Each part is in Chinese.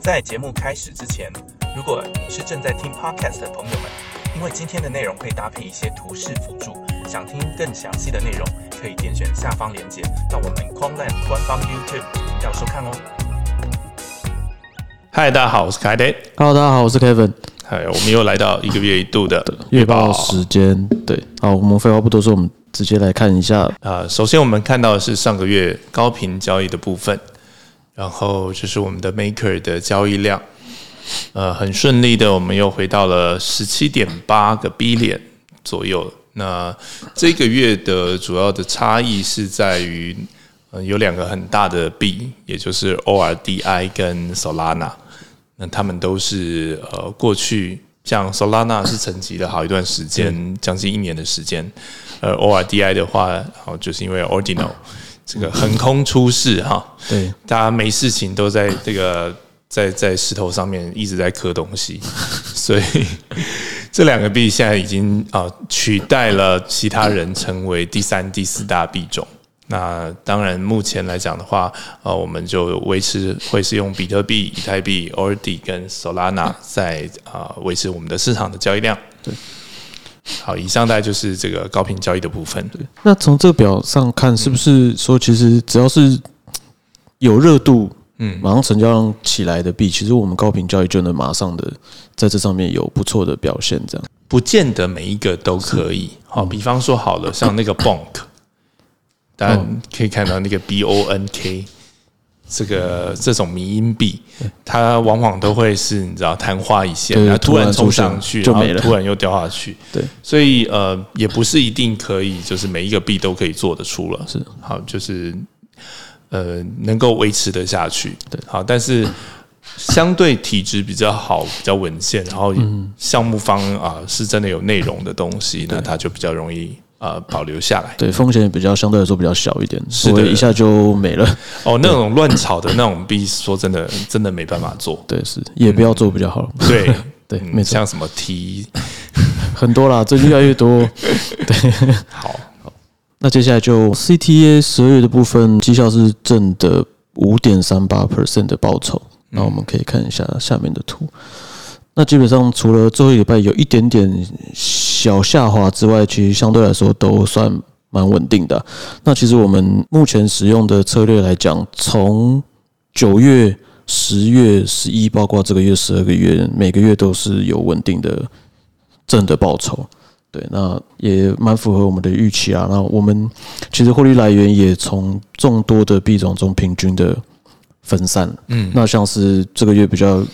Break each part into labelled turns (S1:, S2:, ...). S1: 在节目开始之前，如果你是正在听 podcast 的朋友们，因为今天的内容会搭配一些图示辅助，想听更详细的内容，可以点选下方链接到我们 Quanland 官方 YouTube 频道收看哦。
S2: 嗨，大家好，我是凯德。
S3: Hello，大家好，我是 Kevin。
S2: 嗨，我们又来到一个月一度的
S3: 月报时间，对，好，我们废话不多说，我们直接来看一下。
S2: 啊、首先我们看到的是上个月高频交易的部分，然后就是我们的 Maker 的交易量，呃，很顺利的，我们又回到了十七点八个 B 点左右了。那这个月的主要的差异是在于，呃，有两个很大的币，也就是 ORDI 跟 Solana。那他们都是呃过去像 Solana 是沉寂了好一段时间，将近一年的时间，呃 ORDI 的话，哦就是因为 Ordinal 这个横空出世哈，
S3: 对，
S2: 大家没事情都在这个在在石头上面一直在刻东西， 所以这两个币现在已经啊、呃取代了其他人成为第三、第四大币种。那当然，目前来讲的话，呃，我们就维持会是用比特币、以太币、ORD 跟 Solana 在啊、呃维持我们的市场的交易量。
S3: 对，
S2: 好，以上大概就是这个高频交易的部分。
S3: 那从这个表上看，是不是说其实只要是有热度，
S2: 嗯
S3: 马上成交量起来的币，其实我们高频交易就能马上的在这上面有不错的表现，这样。
S2: 不见得每一个都可以。好，比方说好 了，像那个 Bonk，大家可以看到那
S3: 哦
S2: 个 B O N K 这个这种迷因币，它往往都会是你知道昙花一现，
S3: 对
S2: 然后突然
S3: 突然
S2: 冲
S3: 出现
S2: 上去，
S3: 就
S2: 然后
S3: 没了
S2: 突然又掉下去。
S3: 对，
S2: 所以呃，也不是一定可以，就是每一个币都可以做得出了。
S3: 是
S2: 好，就是呃，能够维持得下去。
S3: 对，
S2: 好，但是相对体质比较好、比较稳健，然后项目方啊、是真的有内容的东西，那它就比较容易啊、保留下来。
S3: 嗯对，风险也比较相对来说比较小一点，
S2: 是的
S3: 不会一下就没了。
S2: 哦，那种乱炒的那种币，说真的，真的没办法 做。
S3: 对，是也不要做比较好。
S2: 对
S3: 对
S2: 嗯
S3: 没错
S2: 像什么 T
S3: 很多啦，最近越来越多。
S2: 好，
S3: 那接下来就 CTA 十二月的部分，绩效是正的五点三八 percent 的报酬。那我们可以看一下下面的图。那基本上除了最后一礼拜有一点点小下滑之外，其实相对来说都算蛮稳定的啊。那其实我们目前使用的策略来讲，从九月、十月、十一，包括这个月十二个月，每个月都是有稳定的正的报酬。对，那也蛮符合我们的预期啊。那我们其实获利来源也从众多的币种中平均的分散。
S2: 嗯
S3: 那像是这个月比较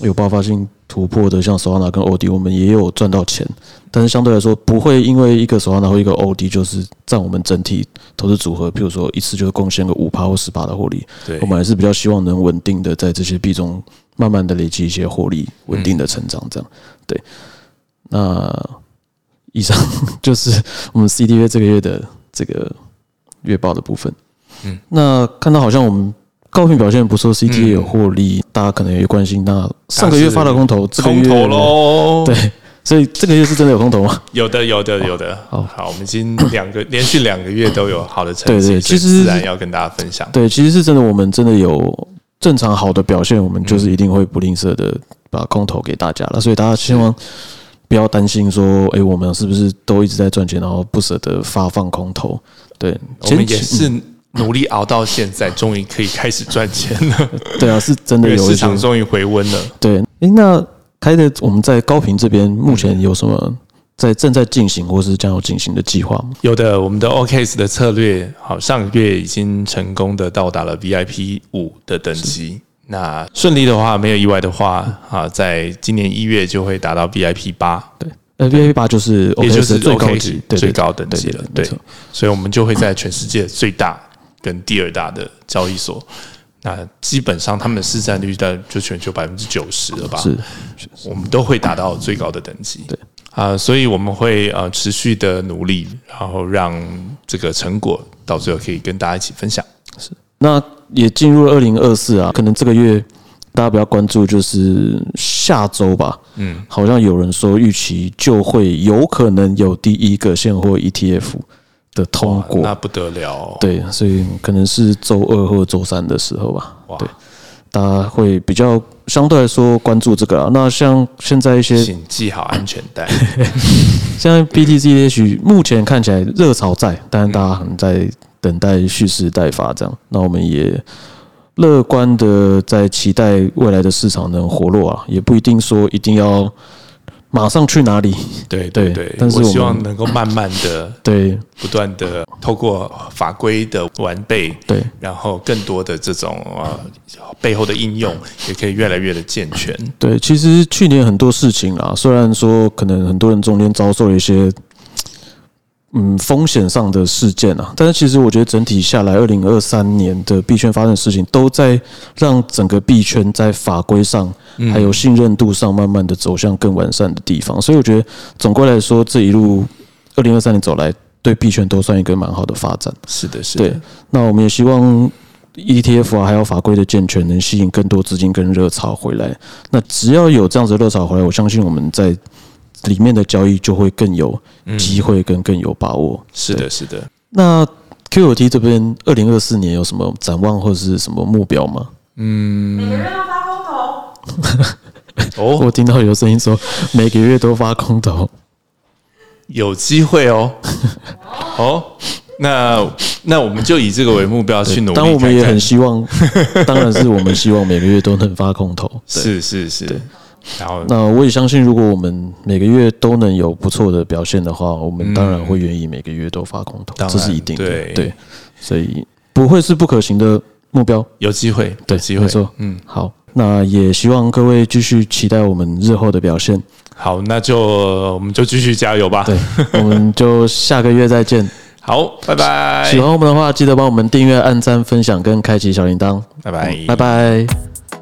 S3: 有爆发性突破的，像 Solana 跟 OD，我们也有赚到钱，但是相对来说不会因为一个 Solana 或一个 OD 就是占我们整体投资组合，譬如说一次就是贡献个五趴或十趴的获利。
S2: 对
S3: 我们还是比较希望能稳定的在这些币中慢慢的累积一些获利，稳
S2: 嗯
S3: 定的成长这样。对，那以上 就是我们 CDV 这个月的这个月报的部分。
S2: 嗯，
S3: 那看到好像我们高频表现不错，CDA 有获利，大家可能也关心。那上个月发了空头，这个
S2: 空
S3: 月
S2: 头喽。
S3: 对，所以这个月是真的有空头吗？
S2: 有的，有的，有的。
S3: 好
S2: 好，我们已经两个连续两个月都有好的成绩，
S3: 对对
S2: 所以
S3: 其实
S2: 自然要跟大家分享。
S3: 对，其实是真的，我们真的有正常好的表现，我
S2: 嗯
S3: 们就是一定会不吝啬的把空头给大家了。所以大家希望不要担心说，诶，我们是不是都一直在赚钱，然后不舍得发放空头？对，
S2: 我们
S3: 前
S2: 也
S3: 期
S2: 是嗯努力熬到现在，终于可以开始赚钱 了，
S3: 对啊，是真
S2: 因
S3: 的
S2: 为
S3: 有一
S2: 市
S3: 些
S2: 场终于回温了。
S3: 对，诶，那开的我们在高频这边目前有什么在正在进行或是将要进行的计划吗？
S2: 有的，我们的 OKS 的策略，好，上个月已经成功的到达了 VIP 五的等级。那顺利的话，没有意外的话，啊，在今年一月就会达到 VIP 八，
S3: 对，呃，VIP 八就是
S2: 也
S3: OK
S2: 就是
S3: 最高
S2: OK
S3: 级，对对
S2: 最
S3: 对
S2: 高等级了。
S3: 对
S2: 对
S3: 对，
S2: 所以我们就会在全世界最大跟第二大的交易所，那基本上他们的市占率在就全球百分之九十了吧？
S3: 是，
S2: 我们都会达到最高的等级。
S3: 对
S2: 啊、所以我们会呃持续的努力，然后让这个成果到最后可以跟大家一起分享。
S3: 那也进入了二零二四啊，可能这个月大家比较关注就是下周吧。
S2: 嗯，
S3: 好像有人说预期就会有可能有第一个现货 ETF 的通
S2: 哇那
S3: 过，
S2: 不得了哦、
S3: 对，所以可能是周二或周三的时候吧
S2: 哇。
S3: 对，大家会比较相对来说关注这个啦。那像现在一些
S2: 请系好安全带。
S3: 现在 BTC 也许目前看起来热潮在，但是大家可能在等待蓄势待发这样。那我们也乐观的在期待未来的市场能活络啊，也不一定说一定要马上去哪里。
S2: 对
S3: 对
S2: 对，
S3: 但是
S2: 我
S3: 我
S2: 希
S3: 们
S2: 望能够慢慢的、
S3: 对
S2: 不断的透过法规的完备，
S3: 对，
S2: 然后更多的这种呃背后的应用，
S3: 嗯
S2: 也可以越来越的健全。
S3: 对，其实去年很多事情啦，虽然说可能很多人中间遭受了一些嗯风险上的事件啊，但是其实我觉得整体下来，二零二三年的币圈发生的事情，都在让整个币圈在法规上还有信任度上，慢慢的走向更完善的地方。所以我觉得总归来说，这一路二零二三年走来，对币圈都算一个蛮好的发展。
S2: 是的，是
S3: 对
S2: 的，，
S3: 那我们也希望 ETF 啊，还有法规的健全，能吸引更多资金跟热潮回来。那只要有这样子的热潮回来，我相信我们在里面的交易就会更有机会跟更有把握。
S2: 是的，是的。
S3: 那 QOT 这边二零二四年有什么展望或者是什么目标吗？
S4: 每个月都发空投，
S2: 哦，
S3: 我听到有声音说每个月都发空投，
S2: 有机会 哦，哦，那那我们就以这个为目标去努力看看。
S3: 当我们也很希望，当然是我们希望每个月都能发空投。
S2: 是
S3: 对。
S2: 是是，然后
S3: 那我也相信，如果我们每个月都能有不错的表现的话，我们当然会愿意每个月都发空投，
S2: 当然
S3: 这是一定的。
S2: 对
S3: 对，所以不会是不可行的目标。
S2: 有机会，
S3: 对，
S2: 有机会
S3: 没错。
S2: 嗯，
S3: 好，那也希望各位继续期待我们日后的表现。
S2: 好，那就我们就继续加油吧。
S3: 对， 我们就下个月再见。
S2: 好，拜拜
S3: 喜，欢我们的话，记得帮我们订阅、按赞、分享跟开启小铃铛。
S2: 拜拜，
S3: 嗯拜。拜。